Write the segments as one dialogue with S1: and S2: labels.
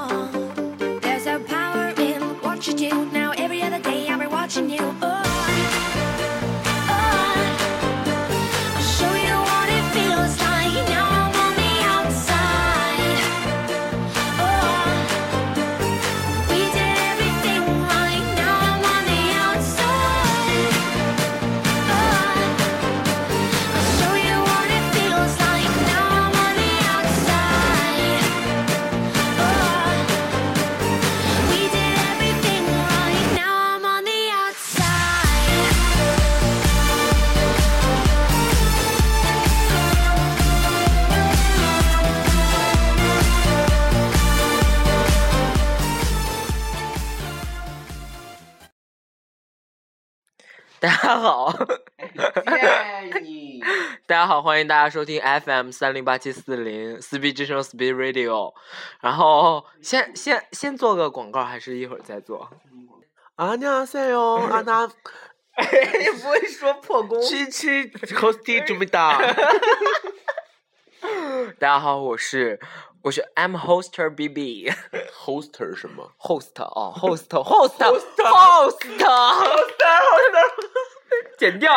S1: Oh, Oh. Oh. Oh.
S2: 大家好，
S3: 建 议
S2: 大家好，欢迎大家收听 FM 三零八七四零撕逼之声 Speed Radio。然后先先先做个广告，还是一会儿再做？啊，你好，塞 哟，阿达，
S3: 你不会说破功
S2: 去去，hosty 准备 打。大家好，我是我是 M hoster BB
S4: hoster 什么？
S2: host 哦，host host host host，剪掉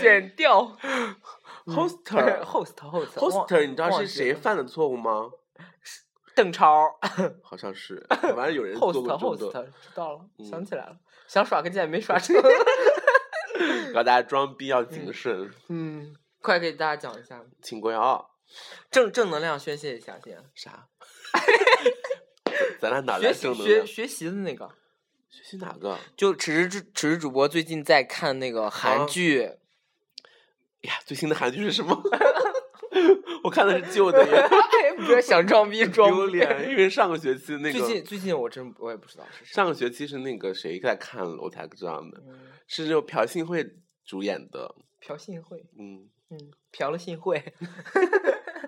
S2: 剪掉
S4: hoster
S2: host host
S4: hoster，你知道
S2: 忘
S4: 是
S2: 记
S4: 谁
S2: 了
S4: 犯的错误吗？
S2: 邓超。
S4: 好像是，反正有人 做
S2: host
S4: 过这么
S2: host
S4: 多，
S2: 知道了，
S4: 嗯
S2: 想起来了，想耍个剑没 耍成。
S4: 让大家装逼要谨慎，
S2: 嗯，快给大家讲一下
S4: 请过要
S2: 正正能量宣泄一下先，
S4: 啥？咱俩哪来
S2: 学
S4: 正
S2: 习
S4: 能
S2: 学
S4: 量？
S2: 学习的那个，
S4: 学习哪个？哎
S2: 就只是只是主播最近在看那个韩
S4: 啊
S2: 剧，
S4: 哎呀，最新的韩剧是什么？ 我看的是旧的耶，
S2: 不要想装逼装
S4: 丢 脸。因为上个学期那
S2: 最近
S4: 个，
S2: 最近我真我也不知道是谁。
S4: 上个学期是那个谁在看了，我才知道的，
S2: 嗯
S4: 是那个朴信惠主演的，
S2: 朴信惠，
S4: 嗯，
S2: 嗯，朴了信惠，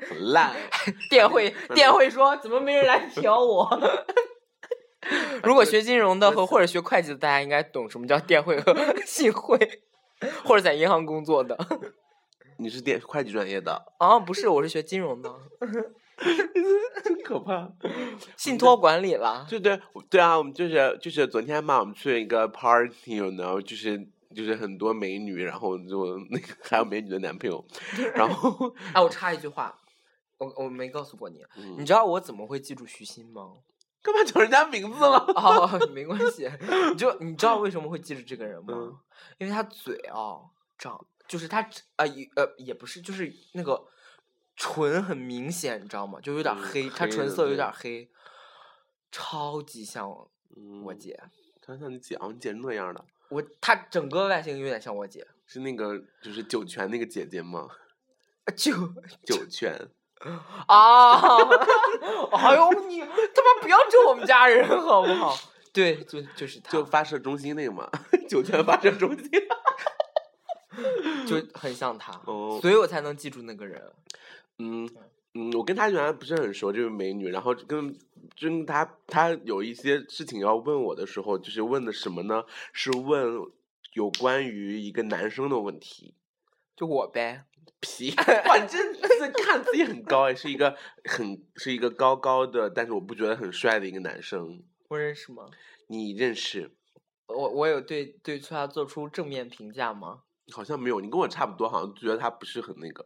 S4: 很烂。
S2: 电会电会说怎么没人来嫖 我？如果学金融的和或者学会计的，大家应该懂什么叫电汇 和信汇，或者在银行工作的。
S4: 你是电会计专业的，
S2: 啊，不是，我是学金融的，
S4: 真可怕。
S2: 信托管理啦。
S4: 对对我对啊，我们就是就是昨天嘛，我们去了一个 party，然后就是就是很多美女，然后就那个还有美女的男朋友，然后
S2: 哎，我插一句话，我我没告诉过你，啊你
S4: 嗯，
S2: 知道我怎么会记住徐新吗？
S4: 干嘛叫人家名字了？
S2: 哦，没关系，你就你知道为什么会记住这个人吗？
S4: 嗯
S2: 因为他嘴啊、长，就是他啊也呃也不是，就是那个唇很明显，你知道吗？就有点
S4: 嗯
S2: 黑，他
S4: 黑
S2: 唇
S4: 的
S2: 色有
S4: 对
S2: 点黑，超级像我我
S4: 嗯，
S2: 姐，
S4: 看像你姐，哦，你姐是那样的，
S2: 我她整个外形有点像我姐，
S4: 是那个就是九泉那个姐姐吗？
S2: 啊 就
S4: 九泉，
S2: 啊， 哎呦你他妈不要咒我们家人好不好？对，就就是她，
S4: 就发射中心那个嘛， 九泉发射中心。
S2: 就很像她，
S4: 哦
S2: 所以我才能记住那个人。
S4: 嗯嗯，我跟她原来不是很熟，这位美女，然后跟就跟她她有一些事情要问我的时候，就是问的什么呢？是问有关于一个男生的问题。
S2: 就我呗，
S4: 皮，哇，你真的是看自己很高哎，是一个很是一个高高的，但是我不觉得很帅的一个男生，
S2: 不认识吗？
S4: 你认识？
S2: 我我有对对他做出正面评价吗？
S4: 好像没有，你跟我差不多，好像觉得他不是很那个，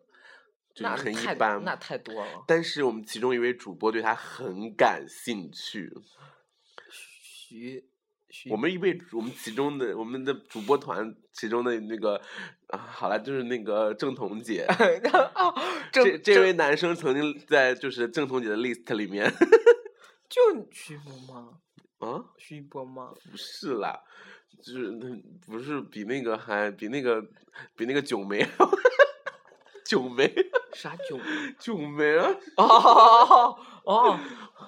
S4: 就是
S2: 那
S4: 很
S2: 太
S4: 一般。
S2: 那太多了。
S4: 但是我们其中一位主播对他很感兴趣。
S2: 徐徐
S4: 我们一位主，我们其中的我们的主播团其中的那个啊，好了，就是那个郑彤 姐，
S2: 啊，
S4: 这
S2: 这
S4: 这位男生曾经在就是郑彤姐的 list 里面
S2: 就徐一博吗？
S4: 啊，
S2: 徐一博吗？
S4: 不是啦，就是那不是比那个还比那个比那个九梅，九梅
S2: 啥囧？
S4: 九梅啊，
S2: 哦哦，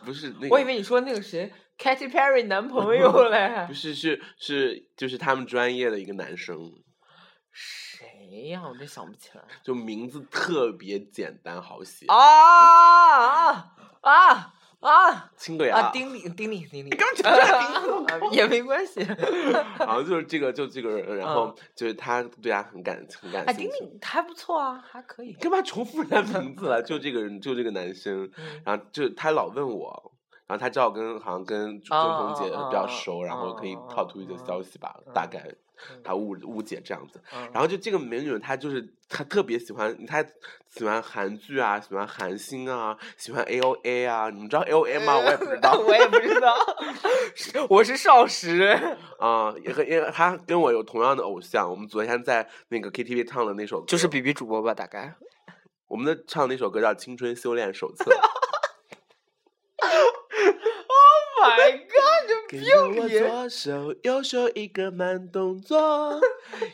S4: 不是那个，
S2: 我以为你说那个谁，Katy Perry 男 朋友嘞
S4: 不？是是是就是他们专业的一个男生，
S2: 谁呀？我真想不起来。
S4: 就名字特别简单好写，
S2: 哦啊啊啊啊！
S4: 亲个
S2: 啊，
S4: 牙。
S2: 丁力，丁力，丁力，
S4: 讲
S2: 啊也没关 系。
S4: 然后就是这个，就这个人，然后就是他对他很感很感
S2: 嗯啊，丁
S4: 兴趣。
S2: 力还不错啊，还可以。
S4: 干嘛重复人家名字 了？就这个人，就这个男生，
S2: 嗯
S4: 然后就他老问我，然后他知道我跟好像跟郑
S2: 哦
S4: 彤姐
S2: 哦
S4: 比较
S2: 哦
S4: 熟，然后可以
S2: 哦哦
S4: 套出一些
S2: 哦
S4: 消息吧，大
S2: 嗯
S4: 概
S2: 嗯
S4: 他误误解这样子。
S2: 然
S4: 然后就这个美女，她就是她特别喜欢，她喜欢韩剧啊，喜欢韩星啊，喜欢 A O A 啊，你们知道 A O A 吗？我也不知道
S2: 我也不知道，是我是少时，
S4: 啊，也和也她跟我有同样的偶像。我们昨天在那个 K T V 唱的那首歌，
S2: 就是 B B 主播吧，大 概。
S4: 我们的唱的那首歌叫《青春修炼 手册》。
S2: Oh My God！
S4: 给了我左手右手一个慢动 作，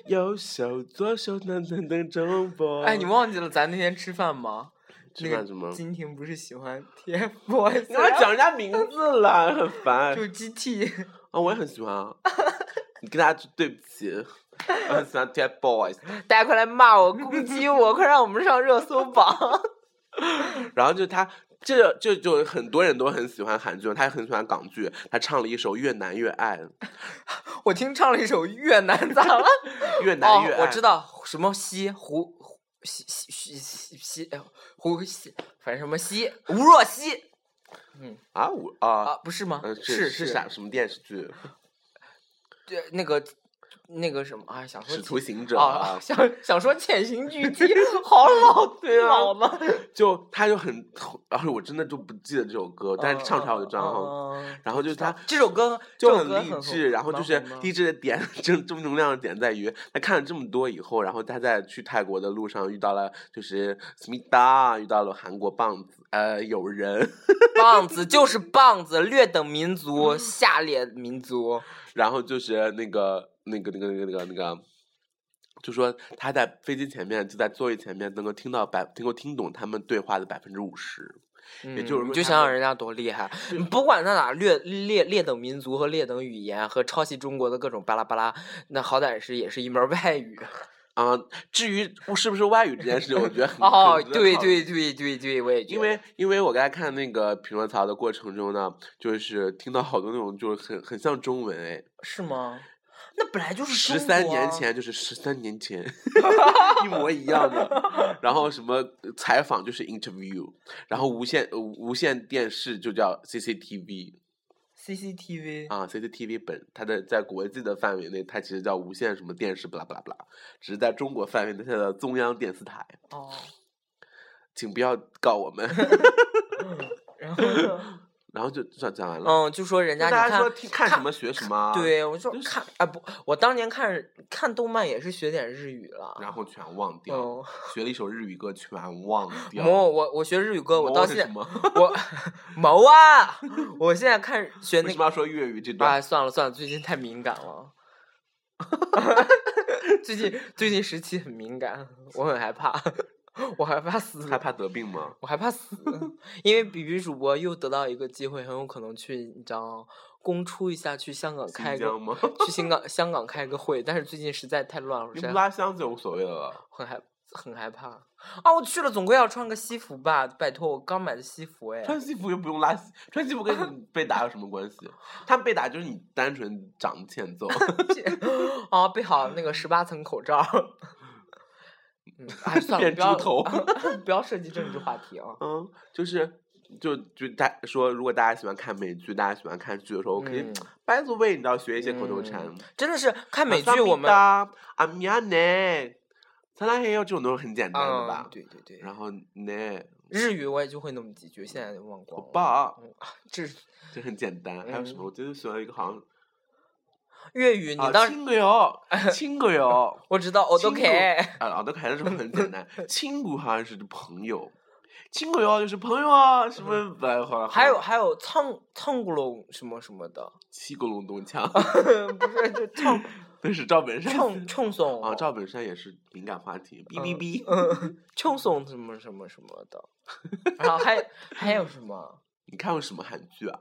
S4: 右手左手噔噔噔中波。
S2: 哎，你忘记了咱那天吃饭吗？
S4: 吃
S2: 那
S4: 饭
S2: 个
S4: 什么？
S2: 金婷不是喜欢 TFBOYS，
S4: 你要讲人家名字了，很烦 哦
S2: 就 GT，
S4: 啊！我也很喜欢啊。你跟大家对不起， 呃 s n a p c a t Boys，
S2: 大家快来骂我，攻击我， 快让我们上热搜榜。
S4: 然后就他。这这就很多人都很喜欢韩剧，他也很喜欢港剧。他唱了一首《越难越爱》，
S2: 我听唱了一首越南，咋 了？
S4: 越难越啊
S2: 哦，
S4: 爱。
S2: 我知道什么西胡胡西西西西西哎呦胡西，反正什么西吴若希
S4: 啊，我啊
S2: 啊，，不是吗？
S4: 嗯，
S2: 是
S4: 是啥什么电视剧？
S2: 对，那个那个什么啊，想说
S4: 使徒行者
S2: 啊
S4: 啊
S2: 啊，，想想说潜行狙击，好 老对
S4: 啊
S2: 老了，
S4: 就他就很，然后我真的就不记得这首歌，但是唱出来我就知道。
S2: 嗯。嗯嗯
S4: 然后就是他
S2: 这首歌
S4: 就
S2: 这首
S4: 很
S2: 歌
S4: 励
S2: 很
S4: 志，然后就
S2: 蛮
S4: 是
S2: 红的
S4: 励志的点， 正正能量的点在于，他看了这么多以后，然后他在去泰国的路上遇到了就是 Smita，遇到了韩国棒子呃友人，
S2: 棒子就是棒子，劣等民 族，下劣民族。
S4: 然后就是那个那个那个那个那个那个，就说他在飞机前面就在座位前面能够听到百能够听懂他们对话的百分之五十，
S2: 嗯，
S4: 也就是
S2: 你
S4: 说
S2: 就
S4: 他
S2: 想想
S4: 们
S2: 人家多厉害，你不管在哪儿劣劣劣等民族和劣等语言和抄袭中国的各种巴拉巴拉，那好歹是也是一门外 语。
S4: 啊、至于是不是外语这件事情，我觉得很
S2: 哦，
S4: 很值得
S2: 对
S4: 讨论
S2: 对对对对，我也觉
S4: 因
S2: 得
S4: 为因为我刚才看那个评论槽的过程中呢，就是听到好多那种就是很很像中文哎，
S2: 是吗？那本来就是
S4: 十
S2: 中
S4: 三
S2: 国
S4: 年
S2: 啊。
S4: 前就是十三 年前一模一样的，然后什么采访就是 interview，然后无线呃无线电视就叫 CCTV
S2: CCTV
S4: 啊 CCTV 本它的在国际的范围内它其实叫无线什么电视不啦不啦不啦，只是在中国范围内它叫中央电视台，
S2: 哦，
S4: 请不要告我 们。
S2: 然后呢
S4: 然后就讲讲完 了，
S2: 嗯，就说人家
S4: 大
S2: 你
S4: 家说
S2: 看
S4: 听看什么学什么，。
S2: 对，我就
S4: 就是
S2: 看啊不，我当年看看动漫也是学点日语了。
S4: 然后全忘掉，
S2: 哦
S4: 学了一首日语歌全忘掉。
S2: 某我我学日语歌，我
S4: 某
S2: 到
S4: 是
S2: 现
S4: 什
S2: 在
S4: 么
S2: 我 毛 啊，我现在看学
S4: 为
S2: 那
S4: 什么要说粤语这
S2: 啊，
S4: 段？
S2: 算了算了，最近太敏感了。 最近最近时期很敏感，我很害怕，我害怕死，
S4: 害怕得病吗？
S2: 我害怕死，因为比比主播又得到一个机会，很有可能去你知道公出一下去香港 开
S4: 新
S2: 个
S4: 疆吗？
S2: 去香港香港开个会，但是最近实在太乱了，我
S4: 你
S2: 实
S4: 不
S2: 在
S4: 拉箱子就无所谓了。
S2: 很害很害怕啊！我去了总归要穿个西服吧，拜托，我刚买的西服哎，
S4: 穿西服又不用拉，穿西服跟你被打有什么关 系？他们被打就是你单纯长欠揍。
S2: 啊，备好那个十八层口罩。 嗯，哎，算了，
S4: 变
S2: 不要
S4: 猪头
S2: 不要涉及政治话 题啊。
S4: 嗯，就是就就大说，如果大家喜欢看美剧，大家喜欢看剧的时候，可以、
S2: 嗯
S4: by the way，你知道学一些口头禅。啊
S2: 嗯真的是看美剧，我们
S4: 阿啊米亚呢，咱俩也有这种都是很简单的吧
S2: 嗯，？对对对，
S4: 然后呢，
S2: 日语我也就会那么几句，现在就忘光
S4: 我
S2: 了。
S4: 爸
S2: 嗯，这
S4: 这很简单。还有什么？我最近学了一个好像
S2: 粤语嗯你
S4: 啊，
S2: 当时
S4: 亲个 哟，亲个哟
S2: 我知道，我都
S4: 亲
S2: 可
S4: 口
S2: 以。
S4: 啊，啊，都看的时候很简 单。亲骨好像是朋友，亲个哟就是朋友啊，什么呃，好像
S2: 嗯还有还有苍苍咕隆什么什么 的，
S4: 七个隆咚 锵，
S2: 不是就苍
S4: 都是赵本山
S2: 冲冲松
S4: 啊，赵本山也是敏感话题，哔哔哔，
S2: 嗯，冲松什么什么什么的，然后还还有什么？
S4: 你看过什么韩剧啊？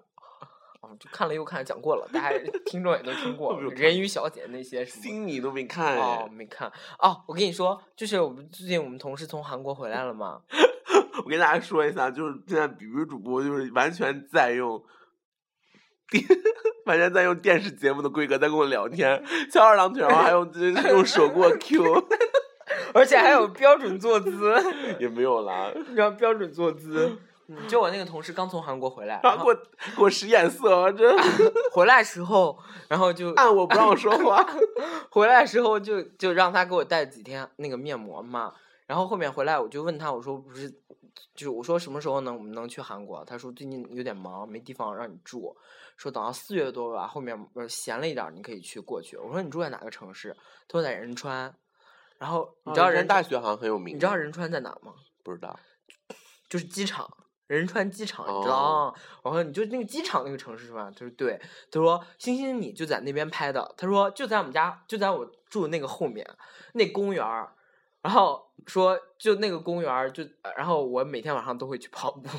S2: 哦，就看了又看，讲过了，大家听众也都听过
S4: 都没有
S2: 了，
S4: 看
S2: 人鱼小姐那些什么。
S4: 心你都没看
S2: 哦，
S4: 哎，
S2: 没看哦，我跟你说，就是我们最近我们同事从韩国回来了嘛，
S4: 哎我跟大家说一下，就是现在比比主播就是完全在用电， 完全在用电视节目的规格在跟我聊天，翘二郎腿，然后还 用就是用手给我 Q，
S2: 而且还有标准坐姿，
S4: 也没有啦，
S2: 你知道标准坐姿。嗯就我那个同事刚从韩国回来，
S4: 然后给我给我使眼色，啊真
S2: 回来时候，然后就
S4: 按我不让我说 话，
S2: 回来时候就就让他给我带几天那个面膜嘛，然后后面回来我就问他，我说不是，就是我说什么时候能我们能去韩国？他说最近有点忙，没地方让你住，说等到四月多吧，后面呃闲了一点儿你可以去过去。我说你住在哪个城市？他说在仁川，然后你知道
S4: 啊
S2: 仁
S4: 人大
S2: 川，
S4: 学好像很有名，
S2: 你知道仁川在哪吗？
S4: 不知道？
S2: 就是机场，仁川机场，你知道吗？我说你就那个机场那个城市是吧？他说对，他说星星你就在那边拍的，他说就在我们家，就在我住的那个后面那公园儿，然后说就那个公园儿就，然后我每天晚上都会去跑步。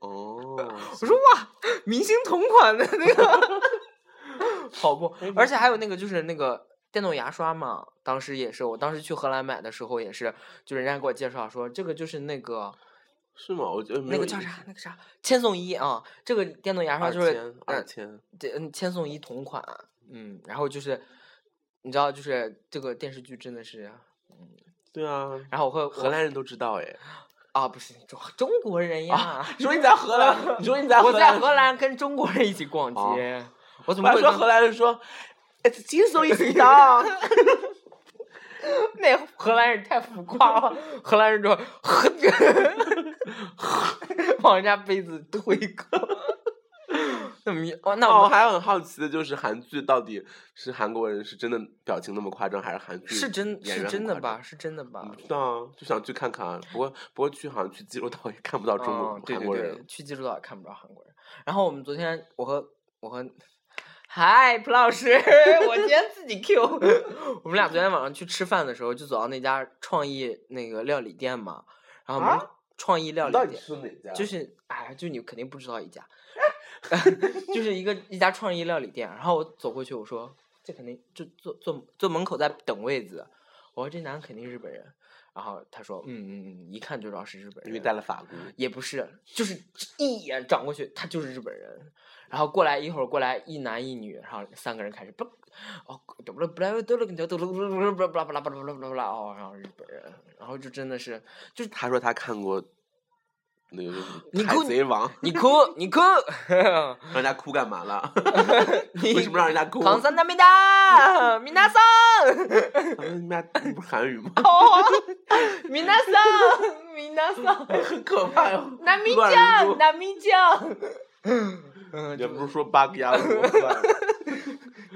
S4: 哦，
S2: 我说哇， 明星同款的那个跑步，而且还有那个就是那个电动牙刷嘛，当时也是，我当时去荷兰买的时候也是，就人家给我介绍说这个就是那个
S4: 是吗？我觉得没
S2: 那
S4: 有
S2: 个
S4: 一
S2: 叫啥那个啥千颂伊啊，这个电动牙刷
S4: 二
S2: 就是
S4: 千
S2: 呃
S4: 二千，
S2: 这嗯千颂伊同款，嗯，然后就是你知道就是这个电视剧真的是，
S4: 对啊，
S2: 然后我会我
S4: 荷兰人都知道哎。
S2: 啊不是中中国人呀。
S4: 啊 你说你在荷 兰，你说你在荷
S2: 我在
S4: 兰，
S2: 荷兰跟中国人一起逛
S4: 哦
S2: 街，我怎
S4: 我
S2: 么
S4: 还
S2: 会
S4: 说
S2: 跟
S4: 荷兰人说，It's 轻松一起的。
S2: 那荷兰人太浮夸了，荷兰人就呵，往人家杯子推个。 那么哦，那
S4: 哦，
S2: 我
S4: 我
S2: 们、
S4: 还很好奇的就是韩剧到底是韩国人是真的表情那么夸张，还是韩剧
S2: 是真
S4: 演
S2: 是
S4: 员
S2: 真
S4: 很
S2: 的
S4: 夸
S2: 吧？是真的吧
S4: 张？？不知道啊，就想去看看啊。不过不过去好像去济州岛也看不到中国、
S2: 嗯，对
S4: 韩
S2: 对
S4: 国
S2: 对
S4: 人，，
S2: 去济州岛也看不着韩国人。然后我们昨天，我和我和，嗨，蒲老师， 我今天自己 Q。我们 俩昨天晚上去吃饭的时候，就走到那家创意那个料理店嘛，然后我们
S4: 啊
S2: 创意料
S4: 到
S2: 理
S4: 底
S2: 店。
S4: 是哪家？
S2: 就是哎，就你肯定不知道一 家，就是一个一家创意料理店。然后我走过去，我说这肯定就坐坐坐门口在等位子。我说这男的肯定是日本人。然后他说嗯嗯嗯，一看就知道是日本
S4: 因为
S2: 人。
S4: 带了法国。
S2: 也不是，就是一眼转过去，他就是日本人。然后过来一会儿，过来一男一女，然后三个人开始不，哦，不不不不不不不不不不不不不哦，然后日本人，然后就真的是
S4: 他说他看过那个就是
S2: 你
S4: 海
S2: 哭
S4: 贼王，
S2: 你哭你哭，
S4: 让人家哭干嘛了？
S2: 你
S4: 为什么让人 家哭？
S2: 감사합니다미나상
S4: 他们那边不是 韩语吗？
S2: 미나상미나상
S4: 很可怕哟、
S2: 나미
S4: 乱
S2: 酱
S4: 入
S2: 나미酱
S4: 也不是说八个牙我算了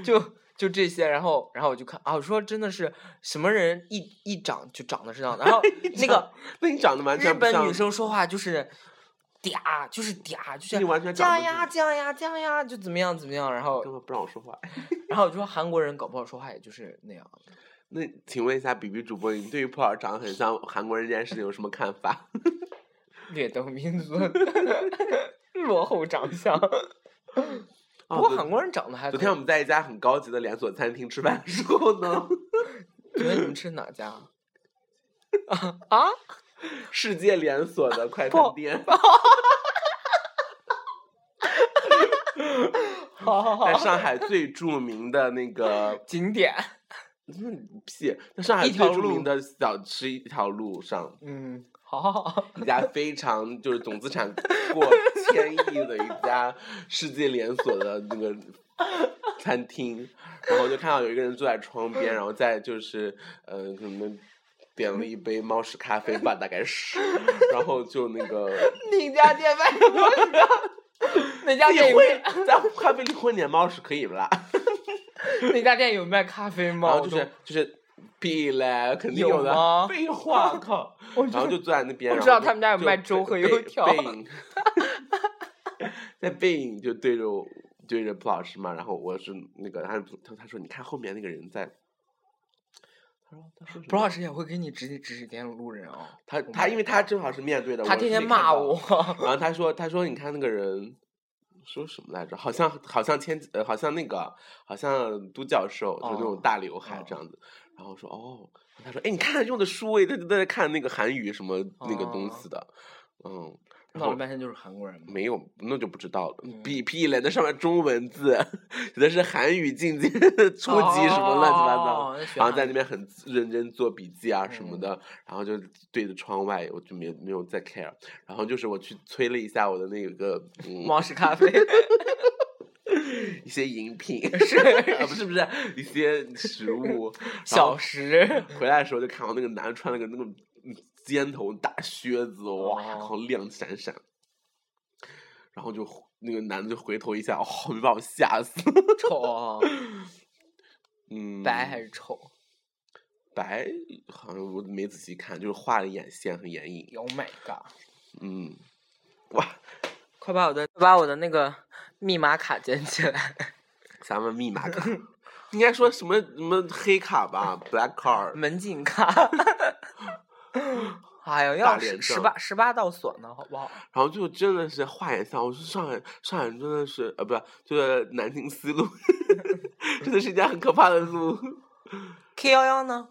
S2: 就就这些，然后然后我就看啊，我说真的是什么人一一长就长得是这样的， 然后 那个
S4: 那你长得完
S2: 日
S4: 全不
S2: 本
S4: 像
S2: 女，生说话就是嗲，就是嗲，就是
S4: 你完全
S2: 这
S4: 长
S2: 样
S4: 得
S2: 呀这样呀这样呀，就怎么样怎么样，然后
S4: 根本不让我说话。
S2: 然后我就说韩国人搞不好说话也就是那样。
S4: 那请问一下，比比主播，你对于普洱长得很像韩国人这件事情有什么看法？
S2: 劣等民族 落后长相。
S4: 哦
S2: 不过
S4: 昨
S2: 韩国人长得还可
S4: 昨
S2: 以。
S4: 天我们在一家很高级的连锁餐厅吃饭的时候呢，
S2: 昨天你们吃哪家？ 啊啊！
S4: 世界连锁的快餐店，
S2: 好好
S4: 在
S2: 好，
S4: 上海最著名的那个，
S2: 景点。
S4: 嗯屁，在上海
S2: 一条
S4: 最著
S2: 路
S4: 名的小吃一条路上，
S2: 嗯，好好好。
S4: 一家非常就是总资产 过千亿的一家世界连锁的那个餐厅，然后就看到有一个人坐在窗边，然后在就是呃什么点了一杯猫屎咖啡吧，大概是，然后就 那个
S2: 那家店卖什么？ 那家店
S4: 你
S2: 有
S4: 会在咖啡里混点猫屎可以不啦？
S2: 那家店有卖咖啡吗？
S4: 然后
S2: 我都
S4: 就是就是。屁嘞，肯定
S2: 有
S4: 的
S2: 吗。
S4: 废话，靠！
S2: 我
S4: 然后就坐在那边，
S2: 我
S4: 然
S2: 知道
S4: 后
S2: 他们家有
S4: 就
S2: 卖
S4: 背
S2: 粥和
S4: 背
S2: 油条
S4: 背影 在背影就对着我对着蒲老师嘛，然后我是那个，他他他说你看后面那个人在，他说他说什
S2: 蒲
S4: 么
S2: 老师也会给你指指指点路人哦。
S4: 他他因为他正好是面对着我，
S2: 他
S4: 是
S2: 天天
S4: 没看
S2: 骂
S4: 到
S2: 我，
S4: 然后他说：“他说你看那个人说什么来着？好像好像千呃，好像那个好像都教授，就那种
S2: 哦
S4: 大刘海
S2: 哦
S4: 这样子。然后我说哦，他说哎，你看他用的书诶，他他在看那个韩语什么那个东
S2: 哦
S4: 西的，嗯，然
S2: 闹
S4: 后
S2: 了半天就是韩国人 嘛。
S4: 没有，那就不知道了。
S2: 嗯
S4: 比屁嘞，那上面中文字写的是韩语境界初级什么乱七八糟。
S2: 哦，
S4: 然后在那边很自认真做笔记啊什么
S2: 嗯
S4: 的，然后就对着窗外，我就没没有再 care。然后就是我去催了一下我的那个嗯
S2: 猫屎咖啡
S4: 一些饮品，
S2: 是
S4: 啊不是不是一些食物。
S2: 小时。
S4: 回来的时候就看到那个男的穿了个那个嗯尖头大靴子，哇，
S2: 哦
S4: 然后亮闪闪。然后就那个男的就回头一下，哦，没把我吓死。
S2: 丑 啊、
S4: 嗯，
S2: 白还是丑
S4: 白，好像我没仔细看，就是画了眼线和眼影。
S2: ？Oh my god！
S4: 嗯，哇，
S2: 快把我的把我的那个密码卡捡起来。
S4: 咱们密码 卡，应该说什么什么黑卡吧，black card。
S2: 门禁 卡。哎呦，
S4: 大
S2: 要
S4: 脸
S2: 十十
S4: 上
S2: 八十八道锁呢，好不好？
S4: 然后就真的是画眼线，我说上海上海真 的是呃，不是，就是南京西路，真的是一条很可怕的路。
S2: K 幺幺呢？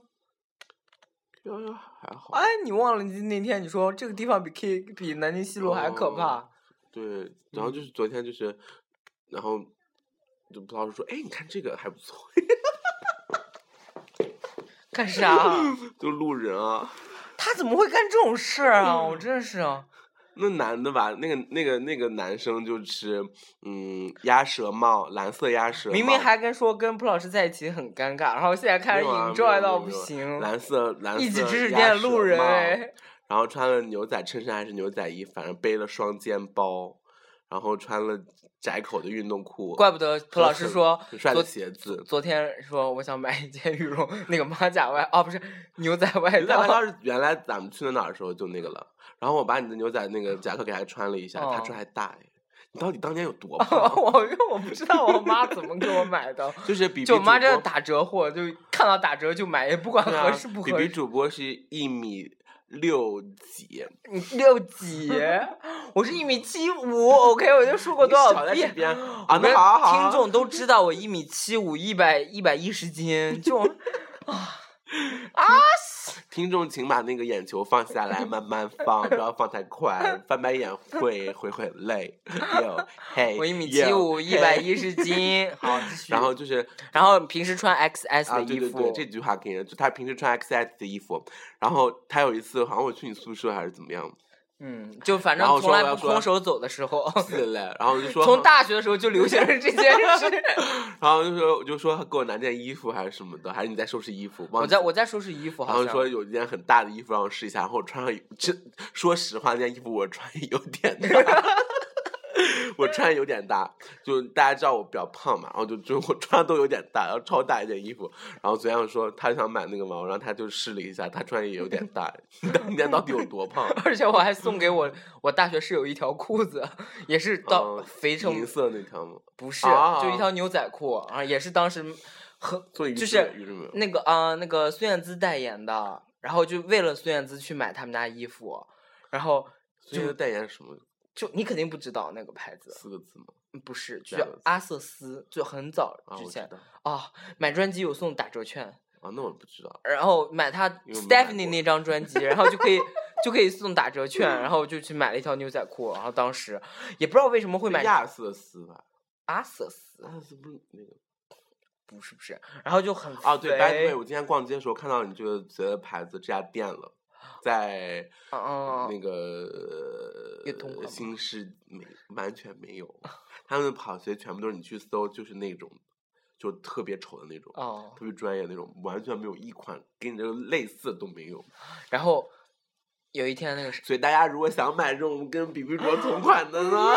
S4: 幺幺还好，
S2: 哎，你忘了你那天你说这个地方比 K 比南京西路还可怕。
S4: 哦对，然后
S2: 嗯
S4: 就是昨天就是，然后就葡萄老师说，哎，你看这个还不错，
S2: 干啥？啊
S4: 就路人啊，
S2: 他怎么会干这种事儿啊？
S4: 嗯
S2: 我真是，
S4: 那男的吧，那个那个那个男生就是，嗯，鸭舌帽，蓝色鸭舌帽，
S2: 明明还跟说跟蒲老师在一起很尴尬，然后现在看
S4: 没
S2: 着
S4: 有啊
S2: enjoy
S4: 没有
S2: 到
S4: 没
S2: 不
S4: 有没有
S2: 行，
S4: 蓝色蓝色
S2: 一起指指
S4: 鸭
S2: 点
S4: 舌
S2: 路人
S4: 帽
S2: 哎。
S4: 然后穿了牛仔衬衫还是牛仔衣，反正背了双肩包，然后穿了窄口的运动裤，
S2: 怪不得蒲
S4: 和
S2: 老师
S4: 很
S2: 说
S4: 很帅的
S2: 昨
S4: 鞋子。
S2: 昨天说我想买一件羽绒那个马甲外哦不是牛仔外
S4: 牛仔外
S2: 套
S4: 套，是原来咱们去那哪儿的时候就那个了，然后我把你的牛仔那个夹克给他穿了一下，他
S2: 哦
S4: 穿还大哎，你到底当年有多胖？
S2: 我因为我不知道我妈怎么给我买的，
S4: 就是 比比
S2: 就我妈
S4: 主
S2: 这是
S4: 播
S2: 打折货，就看到打折就买，也不管
S4: 对啊
S2: 合适不
S4: 比
S2: 合
S4: 比
S2: 适。
S4: 主播是一米六几，
S2: 你 六几？我是一米七五，OK，我就说过多
S4: 你
S2: 少
S4: 小在这
S2: 遍。
S4: 边
S2: 我
S4: 啊？
S2: 们
S4: 那好啊好啊，
S2: 听众都知道我一米七五，一百一百一十斤，就
S4: 听众，请把那个眼球放下来，慢慢放，不要放太快，翻白眼会会会很累。 有 嘿，
S2: 我一 米七
S4: 哟
S2: 五，一百。一十斤。 好，继续。
S4: 然后就是
S2: 然后平时穿 XS
S4: 啊，
S2: 的
S4: 对
S2: 衣
S4: 对
S2: 服，
S4: 对，这句话给人，就他平时穿 XS 的衣服，然后他有一次好像我去你宿舍还是 怎么样，
S2: 嗯，就反正
S4: 然后
S2: 从
S4: 说
S2: 来
S4: 我要
S2: 不
S4: 说
S2: 空手走的时候，
S4: 记得嘞，然后我就说，
S2: 从大学的时候就流行了这 件事。
S4: 然后就说我就说给我拿件衣服还是什么的，还是你在收拾衣服，忘
S2: 我在
S4: 记
S2: 我在收拾衣服，
S4: 然
S2: 好
S4: 后
S2: 像
S4: 说有一件很大的衣服让我试一下，然后我穿上，这说实话，那件衣服我穿有点 大，我穿有点大，就大家知道我比较胖嘛，然后就就我穿都有点大，然后超大一件衣服，然后昨天我说他想买那个嘛，然后他就试了一下，他穿也有点大， 你当年到底有多胖？啊
S2: 而且我还送给我我大学室友一条裤子，也是到
S4: 嗯
S2: 肥成、
S4: 银色那条吗？
S2: 不是，
S4: 啊
S2: 就一条牛仔裤，啊，也是当时很
S4: 做鱼
S2: 就
S4: 翅的
S2: 是
S4: 鱼翅没有？
S2: 那个啊、那个孙燕姿代言的，然后就为了孙燕姿去买他们家衣服，然后
S4: 所以
S2: 就
S4: 就代言什么
S2: 就你肯定不知道那个牌子，
S4: 四个字吗？
S2: 不是就
S4: 两
S2: 叫
S4: 个字
S2: 阿瑟斯，就很早
S4: 啊，
S2: 之
S4: 我知
S2: 前
S4: 道
S2: 啊买专辑有送打折券，
S4: 啊，那我不知道。
S2: 然后买他
S4: 因为我没买过
S2: Stephanie 那张专辑，然后就可以就可以送打折券，然后就去买了一条牛仔裤，然后当时也不知道为什么会买
S4: 亚瑟斯吧，
S2: 阿瑟斯，
S4: 亚瑟斯不是那个。
S2: 不是不是，然后就很
S4: 哦，对，by the way，
S2: 肥
S4: 我今天逛街的时候看到你这个这个牌子这家店了，在
S2: 嗯嗯
S4: 那
S2: 嗯
S4: 个呃
S2: 有同款吗
S4: 新市没完全没有，他们的跑鞋全部都是你去搜，就是那种就特别丑的那种，
S2: 哦，
S4: 特别专业的那种，完全没有一款跟你这个类似的都没有。
S2: 然后有一天那个谁，
S4: 所以大家如果想买这种跟比比卓同款的 呢，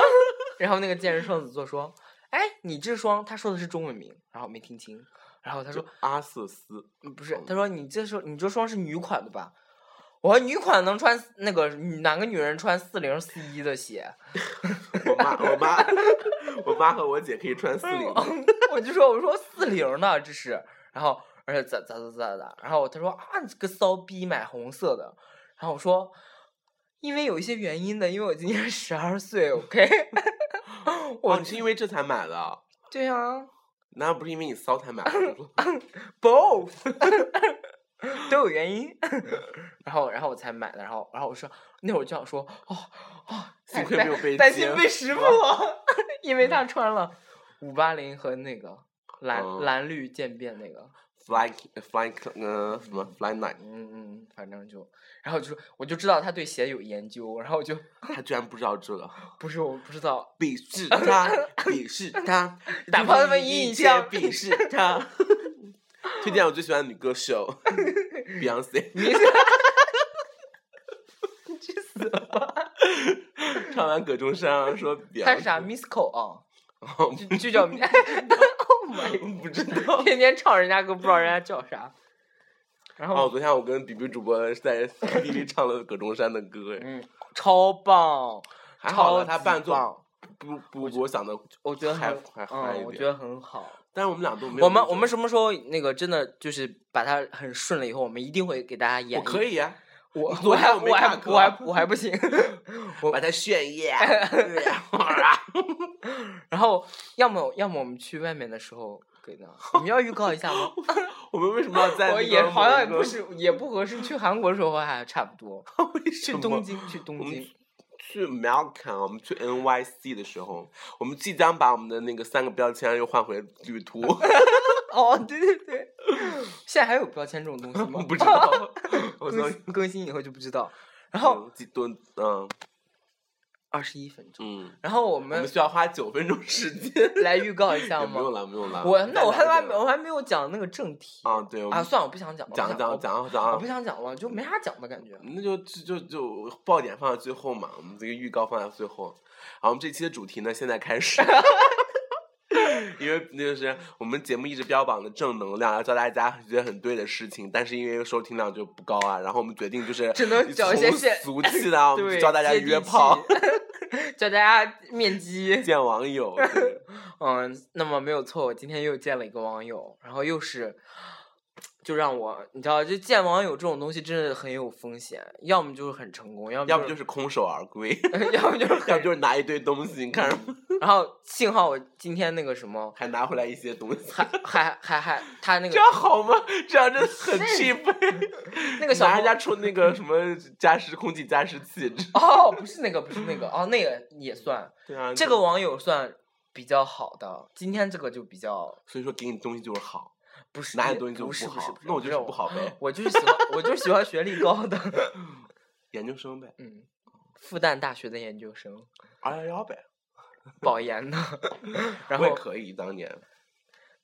S2: 然后那个健身双子座说，哎，你这双，他说的是中文名，然后我没听清，然后他说
S4: 就阿瑟斯，
S2: 嗯不是，
S4: 嗯
S2: 他说你这双你这双是女款的吧？我说女款能穿那个女哪个女人穿四零四一的鞋？
S4: 我妈我妈 我妈和我姐可以穿
S2: 哎
S4: 四零的，
S2: 我就说我说四零呢，这是，然后而且咋咋咋咋咋，然后他说啊你这个骚逼买红色的，然后我说因为有一些原因的，因为我今年十二岁，OK，
S4: 哦，
S2: 我
S4: 你是因为这才买的。
S2: 对啊
S4: 那不是因为你骚才买的， 我说
S2: ，both 都有原因， 然后然后我才买的，然后然后我说那会儿就想说哦哦，
S4: 幸
S2: 担
S4: 亏没有被
S2: 担心
S4: 揭
S2: 被识破， 因为他穿了五八零和那个蓝、
S4: 嗯
S2: 蓝绿渐变那个。
S4: fly fly 呃什么 fly night，
S2: 嗯嗯，反正就，然后就说我就知道他对鞋有研究，然后我就
S4: 他居然不知道这个，
S2: 不是我不知 道，
S4: 鄙视他，鄙视他，
S2: 打
S4: 对
S2: 破他
S4: 你
S2: 们
S4: 一
S2: 印
S4: 切
S2: 象
S4: 鄙视 他。推荐我最喜欢的女歌手 Beyonce，
S2: 你你去死吧！
S4: 唱完葛中 山说 Beyonce，
S2: 他是啥 Misco 啊？
S4: 哦
S2: 就就 叫 Oh my，不知道，天天唱人家歌不知道人家叫啥，然
S4: 哦，
S2: 后、
S4: 昨天我跟比比主播在 KTV 唱了葛中山的歌，哎，
S2: 嗯，超棒，
S4: 还好
S2: 超
S4: 了，他
S2: 级
S4: 伴奏
S2: 棒
S4: 不不不，我想的，
S2: 我觉得
S4: 还
S2: 很
S4: 还好
S2: 嗯，
S4: 一
S2: 我觉
S4: 点。
S2: 得很好。
S4: 但是我们俩都没有那种。
S2: 我们我们什么时候那个真的就是把它很顺了以后，我们一定会给大家演
S4: 我
S2: 绎。
S4: 可以呀，
S2: 我
S4: 你
S2: 我
S4: 昨天
S2: 还
S4: 我没
S2: 我还
S4: 看
S2: 我还
S4: 课
S2: 我还不行，
S4: 把它炫艳。
S2: 然后要么要么我们去外面的时候鬼呢？我们要预告一下吗？
S4: 我们为什么要在
S2: 我
S4: 那
S2: 也
S4: 个
S2: 好像也
S4: 某一
S2: 不
S4: 个
S2: 是也不合适，去韩国的时候还差不多。
S4: 为什
S2: 去
S4: 么
S2: 东京，去东
S4: 我们
S2: 京
S4: 去。去 Melbourne，我们去 NYC 的时候，我们即将把我们的那个三个标签又换回旅 途。
S2: 哦，对对对，现在还有标签这种东西
S4: 我
S2: 吗？
S4: 不 知道，我
S2: 更
S4: 从
S2: 新更新以后就不知 道。然后
S4: 几吨，嗯
S2: 二十一分钟，
S4: 嗯，
S2: 然后我
S4: 我们
S2: 们
S4: 需要花九分钟时间。
S2: 来预告一下
S4: 也不用
S2: 吗？
S4: 了，不用了。
S2: 我那我还
S4: 还
S2: 没我还没有讲那个正题
S4: 啊，对，我
S2: 啊，
S4: 们
S2: 算了，我不想讲了，
S4: 讲
S2: 不想
S4: 讲，啊讲
S2: 我
S4: 讲
S2: 不，想讲了，就没啥讲的感觉。
S4: 那就就就就爆点放在最后嘛，我们这个预告放在最后。好，我们这期的主题呢，现在开始。 因为那就是我们节目一直标榜的正能量，要教大家觉得很对的事情，但是因为收听量就不高啊，然后我们决定就是
S2: 只能找一些
S4: 从
S2: 现
S4: 俗气的啊，我们
S2: 对，
S4: 就教大家
S2: 接地
S4: 约炮、
S2: 气， 教大家面基。
S4: 见 网友。对
S2: 嗯，那么没有错，我今天又见了一个网友，然后又是，就让我你知道，就见网友这种东西真的很有风险，要么就是很成功，要，
S4: 要不就是是空手而归，
S2: 要么就是
S4: 要
S2: 很
S4: 不就是拿一堆东西，你 看着
S2: 然后幸好我今天那个什么，
S4: 还拿回来一些东西，
S2: 还还还还他那个
S4: 这样好吗？这样真的很 cheap。
S2: 那个小
S4: 拿
S2: 朋
S4: 人家出那个什么加湿空气加湿 器，
S2: 哦，不是那个，不是那个，哦，那个也算，
S4: 对啊，
S2: 这个网友算比较好的，今天这个就比较
S4: 所以说给你东西就是好，
S2: 不是
S4: 拿
S2: 也
S4: 你东西就
S2: 哎不是不是
S4: 好
S2: 不，是
S4: 那我就是
S2: 我
S4: 不好 呗，
S2: 我就是喜欢我就是喜欢学历高的，
S4: 研究生 呗，
S2: 嗯，复旦大学的研究生。
S4: 二
S2: 哎
S4: 幺幺呗，
S2: 保研的，然
S4: 我也
S2: 后
S4: 可以当年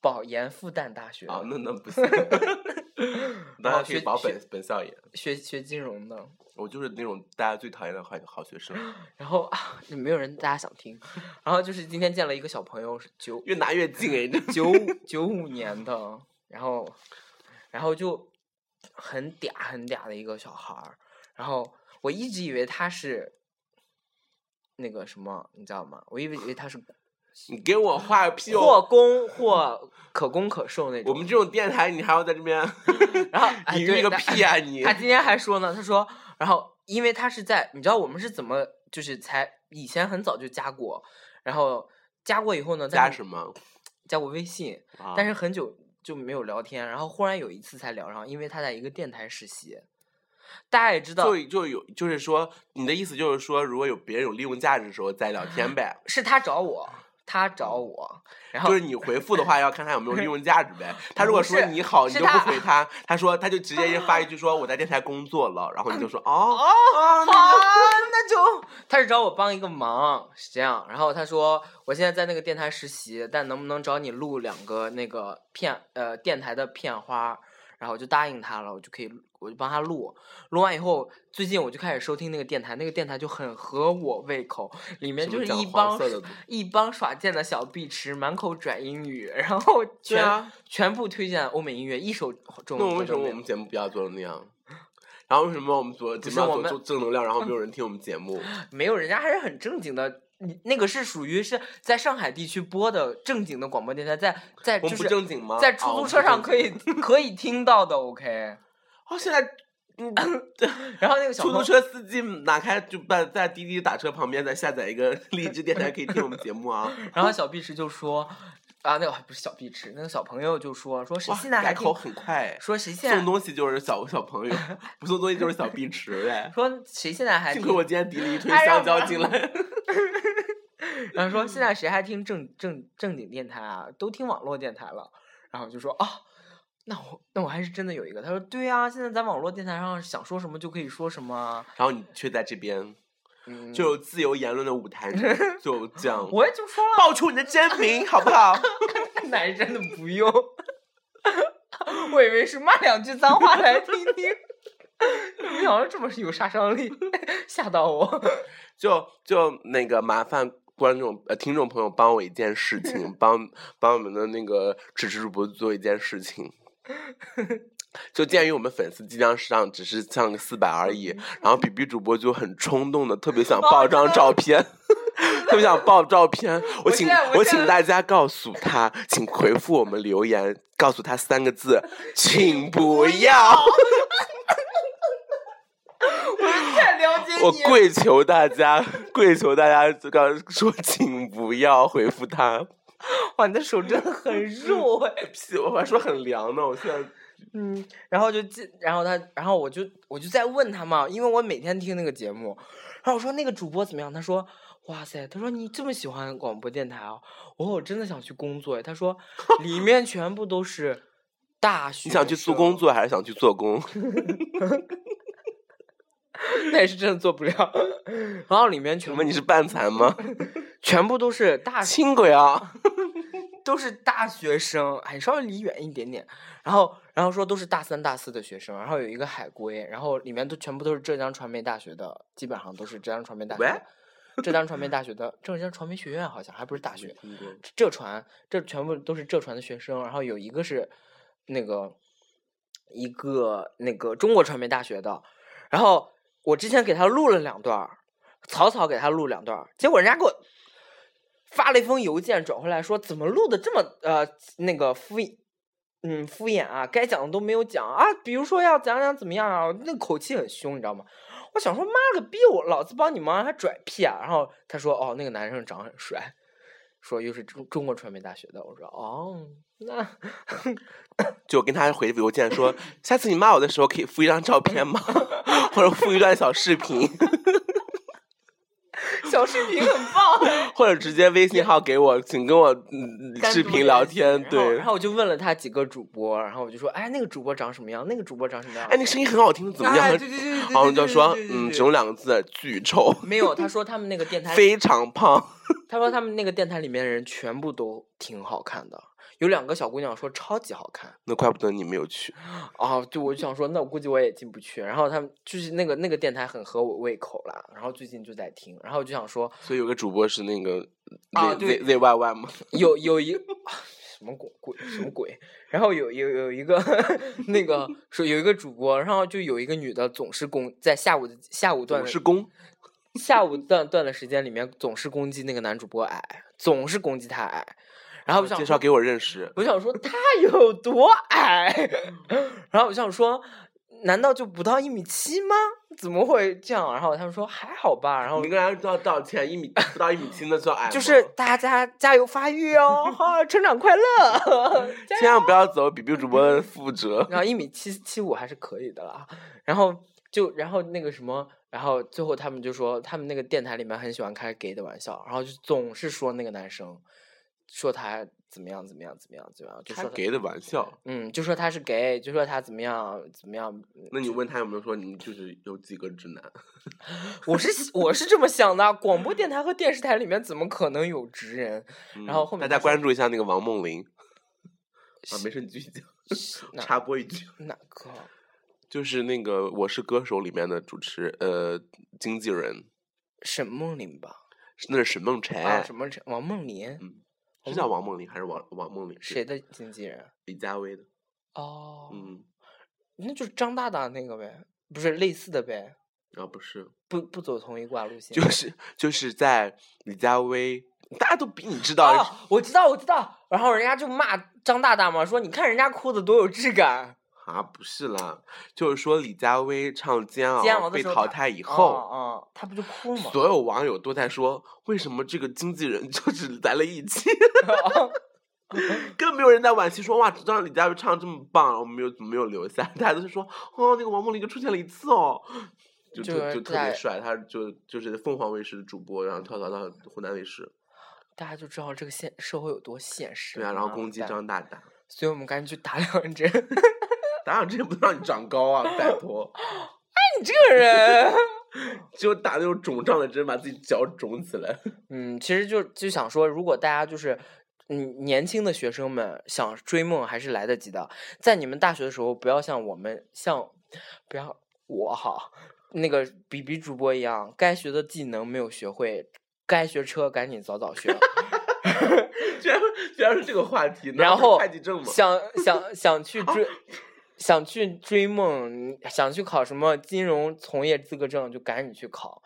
S2: 保研复旦大学，
S4: 啊，那那 不行，当然可以
S2: 哦学
S4: 保
S2: 学
S4: 本本校研，
S2: 学学金融的，
S4: 我就是那种大家最讨厌的坏好 学生，
S2: 然后啊，没有人大家想听，然后就是今天见了一个小朋友，是九
S4: 越拿越近哎，这
S2: 九五九五年的，然后然后就很嗲很嗲的一个小孩儿，然后我一直以为他是那个什么，你知道吗？我以为以为他是
S4: 你给我画个屁
S2: 或
S4: 哦！
S2: 攻或可攻可受那
S4: 我
S2: 种，
S4: 们这种电台，你还要在这边
S2: 然后 哎
S4: 隐
S2: 对哎
S4: 喻个
S2: 那
S4: 屁啊 你！
S2: 他今天还说呢，他说，然后因为他是在，你知道我们是怎么，就是才以前很早就加过，然后加过以后呢，在
S4: 加
S2: 那
S4: 什么？
S2: 加过微信，
S4: 啊
S2: 但是很久就没有聊天，然后忽然有一次才聊上，因为他在一个电台实习，大家也知道
S4: 就就有就是说，你的意思就是说，如果有别人有利用价值的时候再聊 天呗。
S2: 是他找我，他找我，然后
S4: 嗯就是你回复的话，要看他有没有利用价值 呗。他如果说
S2: 不是
S4: 你好，你
S2: 是
S4: 就不
S2: 他
S4: 回他，他说他就直接就发一句说我在电台工作了，然后你 就说哦，
S2: 哦，那就他是找我帮一个忙，是这样。然后他说我现在在那个电台实习，但能不能找你录两个那个片呃电台的片花？然后我就答应他了，我就可以录我就帮他录。录完以后，最近我就开始收听那个电台，那个电台就很合我胃口，里面
S4: 什
S2: 就
S4: 么
S2: 是
S4: 讲
S2: 一
S4: 黄
S2: 帮
S4: 色的东
S2: 一帮耍贱的小碧池，满口转英语，然后
S4: 对
S2: 全、
S4: 啊，
S2: 全部推荐欧美音乐，一首中
S4: 那
S2: 文
S4: 我为
S2: 歌
S4: 什
S2: 都
S4: 么
S2: 没
S4: 我
S2: 有
S4: 们节目不要做成那样？然后为什么我们做
S2: 不
S4: 节目
S2: 是
S4: 要
S2: 我
S4: 做
S2: 们
S4: 做正能量，然后没有人听我们节目？
S2: 没有，人家还是很正经的。你那个是属于是在上海地区播的正经的广播电台，在在就
S4: 我们不
S2: 是
S4: 正经吗？
S2: 在
S4: 啊
S2: 出
S4: 我
S2: 租
S4: 们
S2: 车
S4: 不
S2: 上
S4: 正
S2: 可以、
S4: 经
S2: 可以听到的，OK。
S4: 哦，现在嗯
S2: 然后那个小
S4: 出
S2: 朋
S4: 租
S2: 友
S4: 车司机拿开就在在滴滴打车旁边再下载一个 荔枝电台，可以听我们节目啊。
S2: 然后小碧池就说啊，那个不是小碧池，那个小朋友就说说谁
S4: 哇，
S2: 现在还
S4: 改
S2: 听
S4: 口很快哎。
S2: 说谁现
S4: 送
S2: 在
S4: 东西就是小小朋 友，不送东西就是小碧池呗。
S2: 说谁现在还
S4: 幸
S2: 听
S4: 亏我今天提了一推
S2: 哎让
S4: 香蕉
S2: 我
S4: 进 来，
S2: 然后说现
S4: 嗯
S2: 在谁还听正正正经电台啊？都听网络电台了。然后我就说啊，那我那我还是真的有一个。他说对啊，现在在网络电台上想说什么就可以说什么啊。
S4: 然后你却在这边
S2: 嗯，
S4: 就有自由言论的舞台就这样
S2: 我也就说了，
S4: 爆出你的真名，好不好？
S2: 男真的不用。 我以为是骂两句脏话来听听，没想到这么有杀伤力， 吓到我。
S4: 就就那个麻烦观众呃听众朋友帮我一件 事情，帮帮我们的那个迟迟主播做一件事 情。就鉴于我们粉丝即将上只是上个四百而已，
S2: 嗯
S4: 然后比比主播就很冲动的特别想爆一张照片， 特别想爆照片。我
S2: 我
S4: 请
S2: 现在我
S4: 我
S2: 现
S4: 请
S2: 在
S4: 大家告诉他，请回复我们留言，告诉他三 个字，请不要。
S2: 太了解
S4: 我
S2: 你，
S4: 跪 求大家，跪求大家，就刚说请不要回复他，
S2: 哇，你的手真的很 肉
S4: 嗯
S2: 哎、
S4: 屁， 我还说很凉呢，我现在
S2: 嗯，然后就进，然后他，然后我就我就在问他嘛，因为我每天听那个节目，然后我说那个主播怎么样？他说，哇塞，他说你这么喜欢广播电台啊？我说我真的想去工作哎。他说里面全部都是大学，
S4: 你想去做工？作还是想去做工？
S2: 那也是真的做不了。 然后里面全
S4: 请
S2: 部
S4: 问你是半残吗？
S2: 全部都是大学
S4: 轻轨啊！
S2: 都是大学生，哎，稍微离远一点点。然后，然后说都是大三、大四的学生，然后有一个海归，然后里面都全部都是浙江传媒大学的，基本上都是浙江传媒大学的。浙江传媒大学的浙江传媒学院好像还不是大学，浙传这全部都是浙传的学生，然后有一个是那个一个那个中国传媒大学的，然后我之前给他录了两段儿，草草给他录两段儿，结果人家给我发了一封邮件转回来说，怎么录的这么呃那个敷衍，嗯敷衍啊，该讲的都没有讲啊，比如说要讲讲怎么样啊，那口气很凶，你知道吗？我想说妈了个逼我，老子帮你忙还拽屁啊！然后他说哦那个男生长得很帅，说又是中中国传媒大学的，我说哦那。
S4: 就我跟他回邮件说， 下次你骂我的时候可以附一张照片吗？ 或者附一段小视频，
S2: 小视频很棒，
S4: 或者直接微信号给我，请跟我嗯
S2: 单
S4: 视
S2: 独
S4: 频
S2: 联
S4: 聊
S2: 系
S4: 天。
S2: 然后
S4: 对
S2: 然，后我就问了他几个主播，然后我就说，哎，那个主播长什么样？那个主播长什么样？
S4: 哎，那声音很好听，怎么样？
S2: 哎对对对对对
S4: 然后就
S2: 对对
S4: 说
S2: 对，对
S4: 嗯，
S2: 对
S4: 只有两个字，巨臭，
S2: 没有，他说他们那个电台，
S4: 非常胖。
S2: 他说他们那个电台里面的人全部都挺好看的，有两个小姑娘说超级好看
S4: 那怪不得你没有去。
S2: 啊，就我就想说，那我估计我也进不去。然后他们就是那个那个电台很合我胃口啦，然后最近就在听，然后我就想说，
S4: 所以有个主播是那个
S2: 啊
S4: Z
S2: 对
S4: Z Z Y Y 吗？
S2: 有有一 什么鬼鬼什么鬼，然后有有有一个 那个说有一个主播，然后就有一个女的总是攻在下午的下午段
S4: 我
S2: 的
S4: 是公，
S2: 下午段段的时间里面总是攻击那个男主播矮，总是攻击他矮，然啊后我想
S4: 啊介
S2: 说
S4: 绍给我认识。
S2: 我想说他有多矮， 然后我想说，难道就不到一米七吗？怎么会这样？然后他们说还好吧，然后
S4: 你跟人家道道歉，一米不到一米七那算矮吗。
S2: 就是大家加油发育哦，哈， 成长快乐，加
S4: 千万不要走比比主播
S2: 嗯
S4: 的覆辙。
S2: 然后一米七七五还是可以的啦。然后就然后那个什么，然后最后他们就说，他们那个电台里面很喜欢开 gay 的玩笑，然后就总是说那个男生，说他怎么样怎么样怎么样怎么样，就
S4: 开
S2: 说他
S4: 给的玩笑。
S2: 嗯，就说他是 gay，就说他怎么样怎么样。
S4: 那你问他有没有说你们就是有几个直男？
S2: 我是我是这么想的，啊广播电台和电视台里面怎么可能有直人？然后
S4: 嗯
S2: 后面
S4: 大
S2: 他
S4: 家
S2: 说
S4: 关注一下那个王梦玲。啊，没事，你继续讲。
S2: 哪
S4: 插播一句，
S2: 哪个？
S4: 就是那个《我是歌手》里面的主持呃经纪人，
S2: 沈梦琳吧？
S4: 那是沈梦辰，
S2: 啊，什么陈王梦琳？
S4: 哎嗯是叫王梦玲还是嗯王王梦玲？
S2: 谁？的经纪人？
S4: 李佳薇的。
S2: 哦，
S4: 嗯，
S2: 那就是张大大那个呗，不是类似的呗，
S4: 啊不是，
S2: 不不走同一挂路线。
S4: 就是 就是在李佳薇，大家都比你知道。
S2: 哦，我知道，我知道。然后人家就骂张大大嘛，说你看人家哭的多有质感。
S4: 啊，不是啦，就是说李佳薇唱《煎熬》
S2: 煎熬的
S4: 被
S2: 时候
S4: 淘
S2: 她
S4: 汰以
S2: 以
S4: 后，
S2: 嗯，他不就哭吗？
S4: 所有网友都在说，为什么这个经纪人 就是来了一期，更没有人在惋惜说哇，让李佳薇唱这么棒，我们没有怎么没有留下，大家都是说哦，那个王梦玲就出现了一次哦。就
S2: 就
S4: 特
S2: 是
S4: 就特别
S2: 在
S4: 帅，他就就是凤凰卫视的主播，然后跳槽到湖南卫视，
S2: 大家就知道这个现社会有多现实。
S4: 对啊，然后
S2: 妈
S4: 攻击
S2: 蛋
S4: 张大大，
S2: 所以我们赶紧去打两针。
S4: 打两针也不能让你长高啊，拜托，
S2: 你这个人，
S4: 就打那种肿胀的针，把自己脚肿起来。
S2: 嗯，其实就就想说，如果大家就是。嗯，年轻的学生们想追梦还是来得及的。在你们大学的时候，不要像我们，像不要我好那个比比主播一样，该学的技能没有学会，该学车赶紧早早 学。
S4: 居然居然是这个话题，难
S2: 然
S4: 道是
S2: 后
S4: 会计证吗？
S2: 想 想想去追，想去追梦，想去考什么金融从业资格证，就赶紧去考。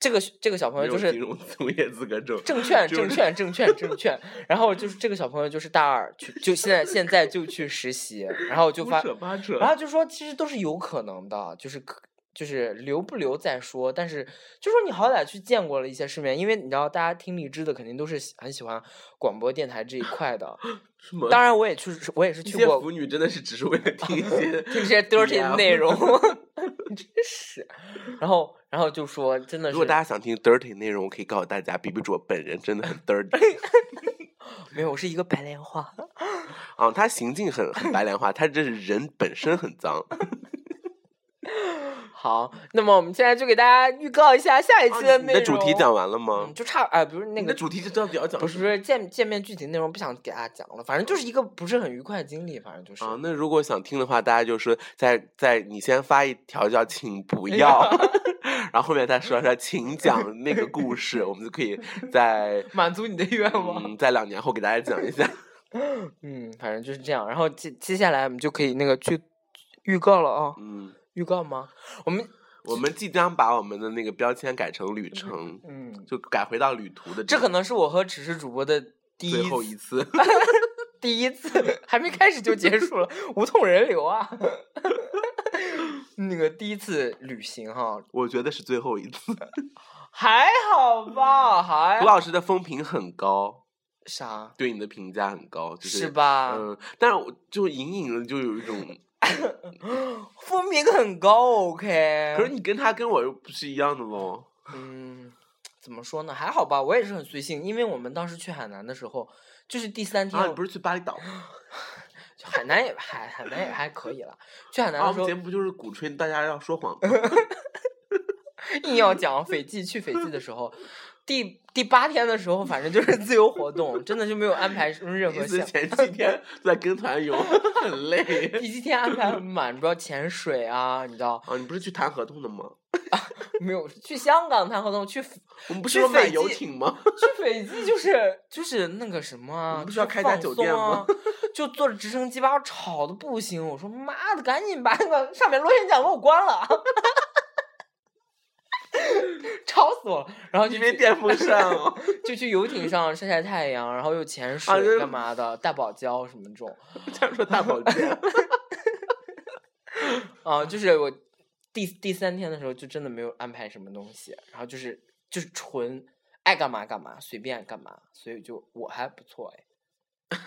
S2: 这个这个小朋
S4: 没
S2: 友就
S4: 有
S2: 是
S4: 金融从业资格证，
S2: 证券，
S4: 就
S2: 证
S4: 是
S2: 券，证券，证券。然后就是这个小朋友就是大二去，就现在现在就去实习，然后就
S4: 胡
S2: 发，啊
S4: 扯八扯
S2: 然。后就说其实都是有可能的，就是可就是留不留再说，但是就说你好歹去见过了一些世面，因为你知道大家听荔枝的肯定都是喜很喜欢广播电台这一块 的。
S4: 什么？
S2: 当然，我也去，我也是
S4: 一
S2: 去
S4: 些
S2: 过
S4: 腐女真的是只是为了听一 些
S2: 听这些 dirty 的
S4: Yeah
S2: 内 容， 真是。然后，然后就说真的
S4: 如果
S2: 是
S4: 大家想听 dirty 内容，我可以告诉大家，比比主本人真的很
S2: 哎
S4: dirty
S2: 没有，我是一个白莲花。
S4: 啊，他行径很很白莲花，他这是人本身很脏。
S2: 好，那么我们现在就给大家预告一下下一期
S4: 啊你
S2: 内
S4: 的
S2: 容。
S4: 主题讲完了吗
S2: 嗯，？就差哎，不是那
S4: 你的
S2: 个
S4: 主题是到底要讲
S2: 不是
S4: 什
S2: 不是见见面具体内容不想给大家讲了，反正就是一个不是很愉快的经历，反正就是。
S4: 么 啊？那如果想听的话，大家就说在在你先发一条叫“请不
S2: 哎
S4: 要”，然后后面再说说“请讲那个故事”，我们就可以 在
S2: 满足你的愿望，
S4: 嗯在两年后给大家讲一下。
S2: 嗯，反正就是这样。然后接接下来我们就可以那个去预告了啊、
S4: 嗯，
S2: 预告吗？我们
S4: 我们即将把我们的那个标签改成旅程，
S2: 嗯，
S4: 就改回到旅途的
S2: 这
S4: 个
S2: 可能是我和只是主播的第
S4: 最
S2: 一
S4: 后
S2: 次
S4: 一次。
S2: 第一次 还没开始就结束了，无痛人流 啊！ 那个第一次旅行哈，
S4: 我觉得是最后一 次。
S2: 还好吧，
S4: 嗯
S2: 还
S4: 胡老师的风评很高，
S2: 啥？
S4: 对你的评价很高，就是
S2: 吧？
S4: 嗯，但是我就隐隐的就有一 种，
S2: 风评很高，OK。
S4: 可是你跟他跟我又不是一样的喽。
S2: 嗯，怎么说呢？还好吧，我也是很随性，因为我们当时去海南的时候，就是第三天，
S4: 啊，你不是去巴厘岛吗？
S2: 海南也海海 南也还可以了。去海
S4: 啊，
S2: 南
S4: 我
S2: 的时
S4: 们
S2: 候
S4: 节目不就是鼓吹大家要说 谎吗？
S2: 硬要讲斐济，去斐济的时候，第第八天的时候，反正就是自由活动，真的就没有安排任
S4: 意
S2: 何
S4: 思
S2: 项
S4: 是前几天在跟团游， 很累。
S2: 第七天安排很满，主要潜水啊，你知道
S4: 啊，你不是去谈合同的吗？
S2: 没有？去香港谈合同，去斐
S4: 我们不
S2: 去
S4: 是说买
S2: 斐
S4: 游
S2: 济
S4: 艇吗？
S2: 去斐济 就是就是那个什么
S4: 我
S2: 啊，
S4: 们不是
S2: 就
S4: 要开家
S2: 放
S4: 酒
S2: 松
S4: 店吗
S2: 啊就坐着直升机把我吵的不行，我说妈的，赶紧把那个上面螺旋桨给我关了， 吵死我了。然后就
S4: 因为
S2: 去
S4: 电风扇哦。
S2: 就去游艇上晒晒太阳，然后又潜
S4: 这
S2: 水干嘛的，大堡礁什么这种
S4: 这样说大保健。
S2: 啊，就是我第第三天的时候就真的没有安排什么东西，然后就是就是纯爱干嘛干嘛，随便干嘛，所以就我还不错哎，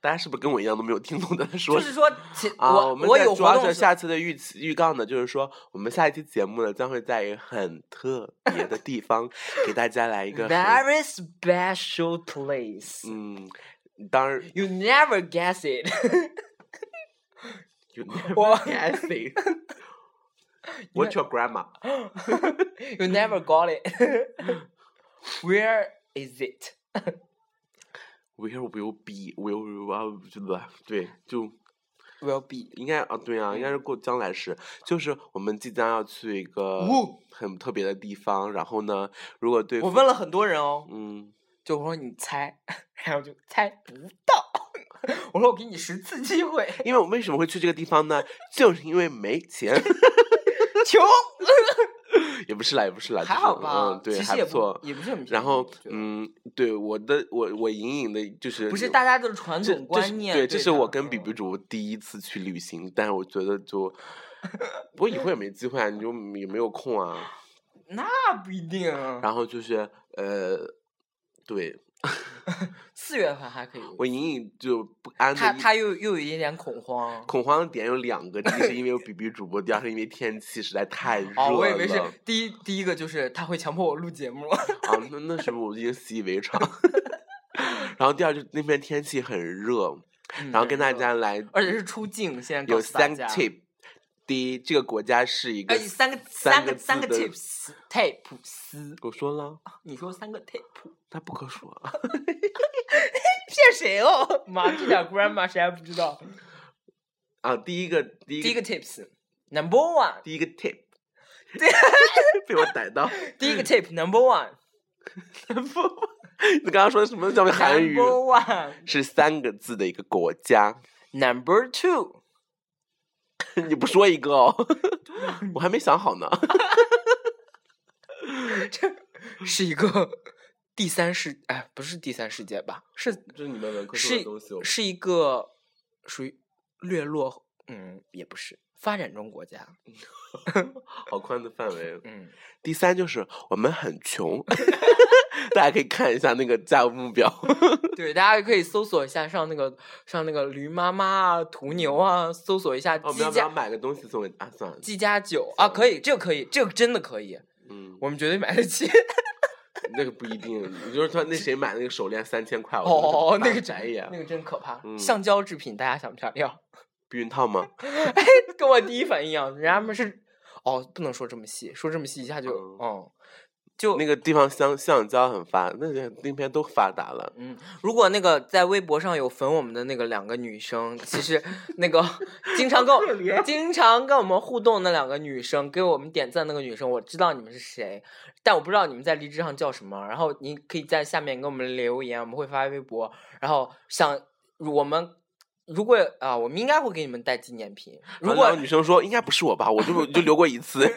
S4: 大家是不是跟我一样都没有听懂他说
S2: 就
S4: 什
S2: 是
S4: 么？
S2: 说其
S4: 啊，我
S2: 我
S4: 们
S2: 我
S4: 在
S2: 有
S4: 主
S2: 活
S4: 要
S2: 动是
S4: 是下次的预期预告呢，就是说我们下一期节目呢将会在一个很特别的 地方给大家来一个很
S2: very special place、
S4: 嗯，当然
S2: You never guess it，
S4: you
S2: 我
S4: never guess it. What's your grandma?
S2: you never got it ，Where is it？
S4: Where will be? Will will 对吧？对，就
S2: Will be
S4: 应该啊，对啊，
S2: 嗯
S4: 应该是过将来时，就是我们即将要去一个
S2: 哦
S4: 很特别的地方。然后呢，如果对
S2: 我
S4: 付
S2: 问了很多人哦，
S4: 嗯，
S2: 就我说你猜，然后就猜不到。 我说我给你十次机会，
S4: 因为我为什么会去这个地方呢？就是因为没钱。
S2: 穷
S4: 也不是啦，也不是啦，
S2: 还
S4: 就是
S2: 好吧？
S4: 嗯，对，
S2: 其
S4: 还
S2: 实也
S4: 不错。
S2: 也不是很便宜。
S4: 然后
S2: 我觉，得，
S4: 嗯，对，我的我我隐隐的就是
S2: 不是大家的传
S4: 这
S2: 统
S4: 这是
S2: 观念。
S4: 对，这是
S2: 它
S4: 我跟比比
S2: 嗯
S4: 主第一次去旅行，但是我觉得就我以后也没机会啊，你就也没有空啊。
S2: 那不一定。啊
S4: 然后就是呃，对
S2: 四月份还可以。
S4: 我隐隐就不安的
S2: 他
S4: 一
S2: 他又又有一点恐慌。
S4: 恐慌的点有两个，第一是因为有比比主播，第二是因为天气实在太热了。
S2: 哦，我以为是第一第一个就是他会强迫我录节目，
S4: 啊，那那是不是我已经习以为常？ 然后第二就是那边天气很热，
S2: 嗯
S4: 然后跟大，
S2: 是
S4: 家来
S2: 而且是出境，现在告
S4: 有
S2: 诉大
S4: 三个
S2: 家
S4: tip。第一，这个国家是一个
S2: 哎，三个
S4: 三
S2: 个
S4: 个
S2: 三
S4: 字
S2: 个
S4: 的
S2: tips tape 丝，
S4: 我说了，
S2: 你说三个 tape。
S4: 他不可数啊。
S2: 骗谁哦？妈，这点 grandma 谁还不知道？
S4: 啊，第一个，第一
S2: 第一
S4: 个，
S2: 个 tips number one，
S4: 第一个 tip，被 我逮到。
S2: 第一个 tip number one，
S4: 你刚刚说什么叫韩语
S2: number？one，number
S4: 是三个字的一个国家，
S2: two，
S4: 你不说一个哦， 我还没想好呢。
S2: 是一个 第三世，哎，不是第三世界吧？是
S4: 这是你们文科
S2: 是是一个属于略落嗯，也不是发展中国家，
S4: 好宽的范围。
S2: 嗯，
S4: 第三就是我们很穷， 大家可以看一下那个价目表。
S2: 对，大家可以搜索一下，上那个上那个驴妈妈啊、途牛啊，搜索一下
S4: 哦我们
S2: 鸡
S4: 要不哦
S2: 加
S4: 要买个东西送给啊？算了，
S2: 鸡加酒啊，可以，这个可以，这个真的可以，
S4: 嗯，
S2: 我们绝对买得起。
S4: 那个不一定。你就是说那谁买那个手链三千块，我真的是
S2: 哦，那
S4: 大
S2: 个
S4: 白眼
S2: 那。个真可怕。
S4: 哎嗯
S2: 橡胶制品大家想不想要？
S4: 避孕套吗？
S2: 跟我第一反应一样，人家们是哦，不能说这么细，说这么细一下就
S4: 嗯
S2: 嗯，就
S4: 那个地方橡橡胶很发，那个那边都发达了。
S2: 嗯，如果那个在微博上有粉我们的那个两个女生，其实那个经常跟我经常跟我们互动那两个女生，给我们点赞那个女生，我知道你们是谁，但我不知道你们在荔枝上叫什么。然后你可以在下面给我们留言，我们会发微博。然后想我们如果啊、我们应该会给你们带纪念品。如
S4: 然
S2: 果
S4: 后女生说应该不是我吧，我就我就留过一 次。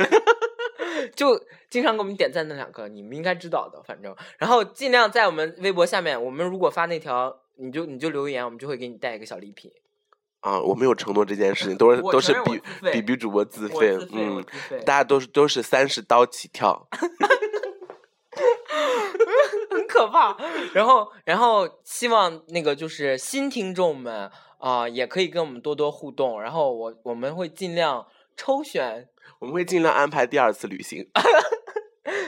S2: 就经常给我们点赞那两个，你们应该知道的，反正。然后尽量在我们微博下面，我们如果发那条，你就你就留言，我们就会给你带一个小礼品。
S4: 啊，我没有承诺这件事情，都是
S2: 我
S4: 都
S2: 承
S4: 是
S2: 认我
S4: 比
S2: 自费
S4: 比比主播自
S2: 我
S4: 费
S2: 自，费我
S4: 嗯
S2: 自费，
S4: 大家都是都是三十刀起跳。
S2: 很可 怕。然后，然后希望那个就是新听众们啊、也可以跟我们多多互动。然后我我们会尽量抽选
S4: 我们会尽量安排第二次旅行，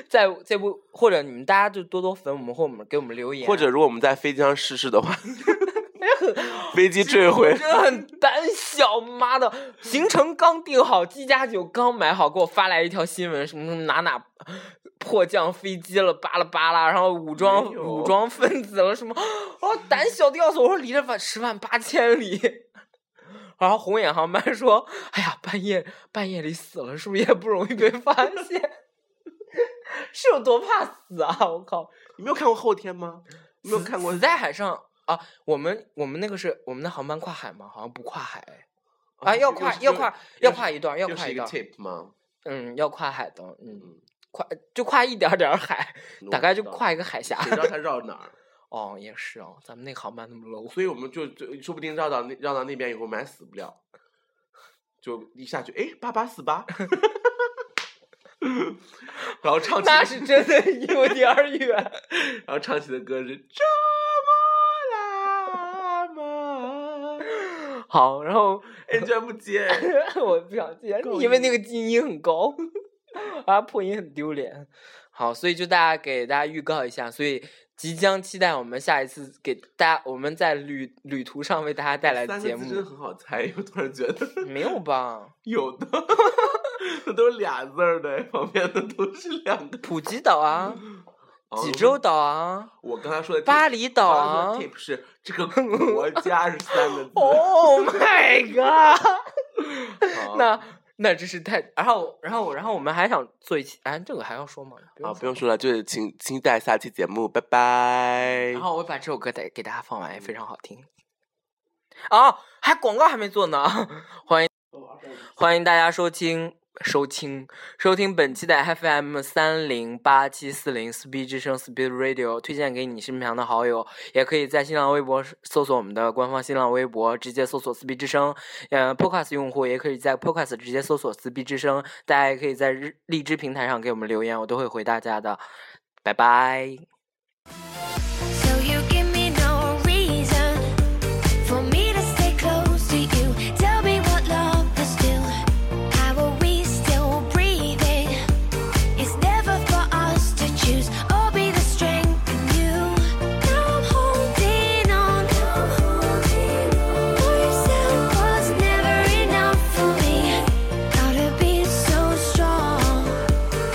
S2: 在这部，或者你们大家就多多粉我们，或我们给我们留言，
S4: 或者如果我们在飞机上逝世 的话，飞机坠毁，
S2: 真的很胆小，妈的！行程刚定好，机加酒刚买好，给我发来一条新闻，什么什么哪哪迫降飞机了，巴拉巴拉，然后武装
S4: 没有
S2: 武装分子了什么，哦，胆小的要死！我说离这万十万八千里。 然后红眼航班说：“哎呀，半夜半夜里死了，是不是也不容易被发现？ 是有多怕死啊！我靠，
S4: 你没有看过后天吗？没有
S2: 死
S4: 看过
S2: 死在海上啊！我们我们那个是我们的航班跨海吗？好像不跨海哎啊，要跨要跨要跨一段，要
S4: 又
S2: 跨
S4: 是一个
S2: 段，
S4: tip 吗？
S2: 嗯，要跨海的，嗯
S4: 嗯，
S2: 跨就跨一点儿点儿海，大
S4: 我
S2: 概
S4: 不
S2: 就啊
S4: 知道
S2: 跨一个海峡。
S4: 谁知道他绕哪儿？
S2: 哦，也是哦，咱们那个航班那么 low，
S4: 所以我们就就说不定绕到那绕到那边以后，我们还死不了。就一下去，哎，八八 四八， 然后唱起，
S2: 那是真 的有点儿远。
S4: 然后唱起的歌是这么浪漫。
S2: 好，然后
S4: 哎，你居然不接？
S2: 我不想接，因为那个低音很高，啊，破音很丢脸。好，所以就大家给大家预告一下，所以即将期待我们下一次给大家我们在旅旅途上为大家带来的
S4: 哎三
S2: 节
S4: 个字真的
S2: 目。
S4: 很好猜，我突然觉得
S2: 没有吧？
S4: 有的， 那都是俩字儿的，旁边的都是 两个。
S2: 普吉岛啊，济
S4: 哦
S2: 州岛啊，
S4: 我刚才说的
S2: 巴
S4: 黎
S2: 厘岛啊。
S4: tip 是这个国家是 三个字。
S2: Oh my god！
S4: 好
S2: 那那真是太……然后，然后，然后我们还想做一期，哎，这个还要说吗？
S4: 啊，不用说了，就是请期待下期节目，拜拜
S2: 然。后我把这首歌给给大家放完，也非常好听。啊，还广告还没做呢，欢迎欢迎大家收听收听收听本期的 FM 三零八七四零 Speed 之声 Speed Radio，推荐给你身旁的好友，也可以在新浪微博搜索我们的官方新浪微博，直接搜索 Speed 之声。呃，Podcast 用户也可以在 Podcast 直接搜索 Speed 之声，大家也可以在日荔枝平台上给我们留言，我都会回大家的。拜拜。
S1: So you give me no reason for me to stay close to you. Tell me what love is do. How are we still breathing? It's never for us to choose or be the strength in you. Now I'm holding on. Yourself was never enough for me. Gotta be so strong.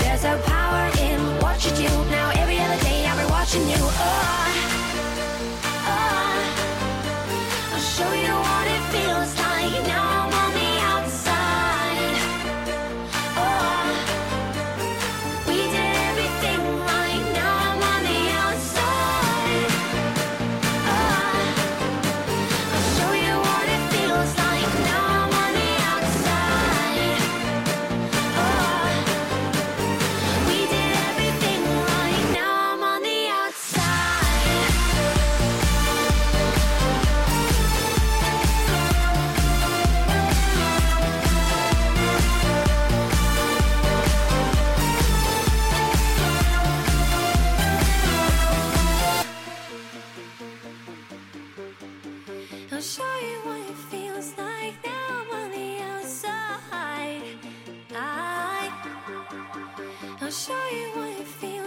S1: There's a power in what you do. Now every other day I've been watching you. Oh, oh, I'll show you what it feels like. Now I'm on the outside. Oh, we did everything right. Now I'm on the outside. Oh, I'll show you what it feels like. Now I'm on the outside. Oh. We did everything right. Now I'm on the outside.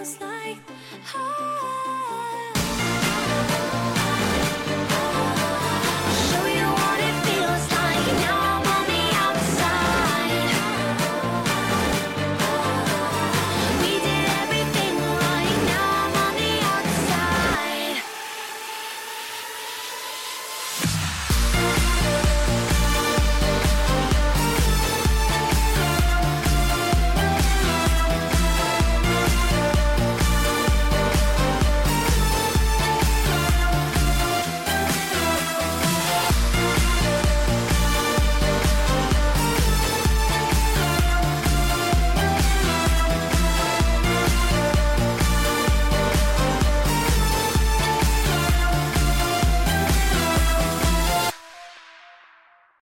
S1: Oh